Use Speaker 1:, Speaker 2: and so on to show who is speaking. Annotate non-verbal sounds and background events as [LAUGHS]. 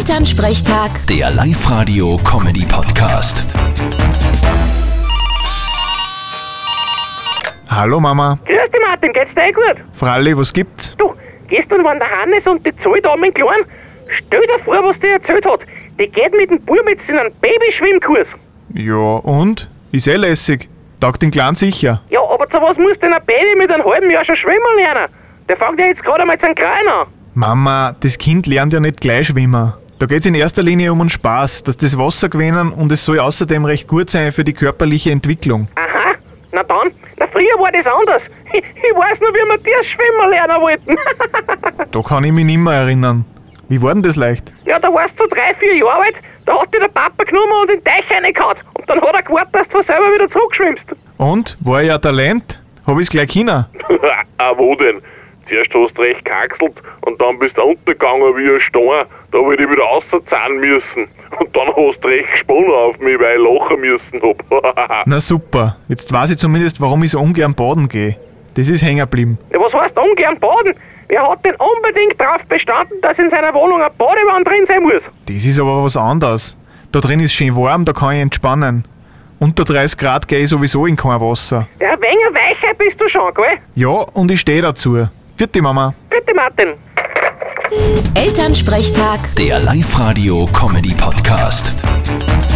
Speaker 1: Elternsprechtag,
Speaker 2: Der Live-Radio-Comedy-Podcast.
Speaker 3: Hallo Mama.
Speaker 4: Grüß dich Martin, geht's dir eh gut?
Speaker 3: Fralli, was gibt's?
Speaker 4: Du, gestern waren der Hannes und die zwei Damen klein. Stell dir vor, was die erzählt hat. Die geht mit dem Bub jetzt in einen Babyschwimmkurs.
Speaker 3: Ja, und? Ist eh lässig. Taugt den Clan sicher.
Speaker 4: Ja, aber zu was muss denn ein Baby mit einem halben Jahr schon schwimmen lernen? Der fängt ja jetzt gerade mal seinen Kleinen an.
Speaker 3: Mama, das Kind lernt ja nicht gleich schwimmen. Da geht's in erster Linie um einen Spaß, dass das Wasser gewinnen und es soll außerdem recht gut sein für die körperliche Entwicklung.
Speaker 4: Aha, na dann. Na, früher war das anders. [LAUGHS] Ich, ich weiß noch, wie wir dir schwimmen lernen wollten. [LAUGHS]
Speaker 3: Da kann ich mich nimmer erinnern. Wie war denn das leicht?
Speaker 4: ja, da warst du so drei, vier Jahre alt, da hat dich der Papa genommen und in den Teich reingehauen. Und dann hat er gewartet, dass du von selber wieder zurückschwimmst.
Speaker 3: Und? War ja Talent? Hab ich's gleich hin?
Speaker 5: ah, wo denn? Zuerst hast du recht gehackselt und dann bist du untergegangen wie ein Stein. Da hab ich dich wieder rauszahlen müssen. Und dann hast du recht gesponnen auf mich, weil ich lachen müssen hab.
Speaker 3: Na super, jetzt weiß ich zumindest, warum ich so ungern baden gehe. Das ist hängen geblieben.
Speaker 4: [LAUGHS] Ja, was heißt ungern baden? Wer hat denn unbedingt darauf bestanden, dass in seiner Wohnung eine Badewanne drin sein muss?
Speaker 3: Das ist aber was anderes. Da drin ist schön warm, da kann ich entspannen. Unter 30 Grad gehe ich sowieso in kein Wasser.
Speaker 4: Ja, ein wenig weicher bist du schon, gell?
Speaker 3: Ja, und ich stehe dazu. Vierte Mama.
Speaker 4: Bitte, Martin.
Speaker 1: Elternsprechtag.
Speaker 2: Der Live-Radio-Comedy-Podcast.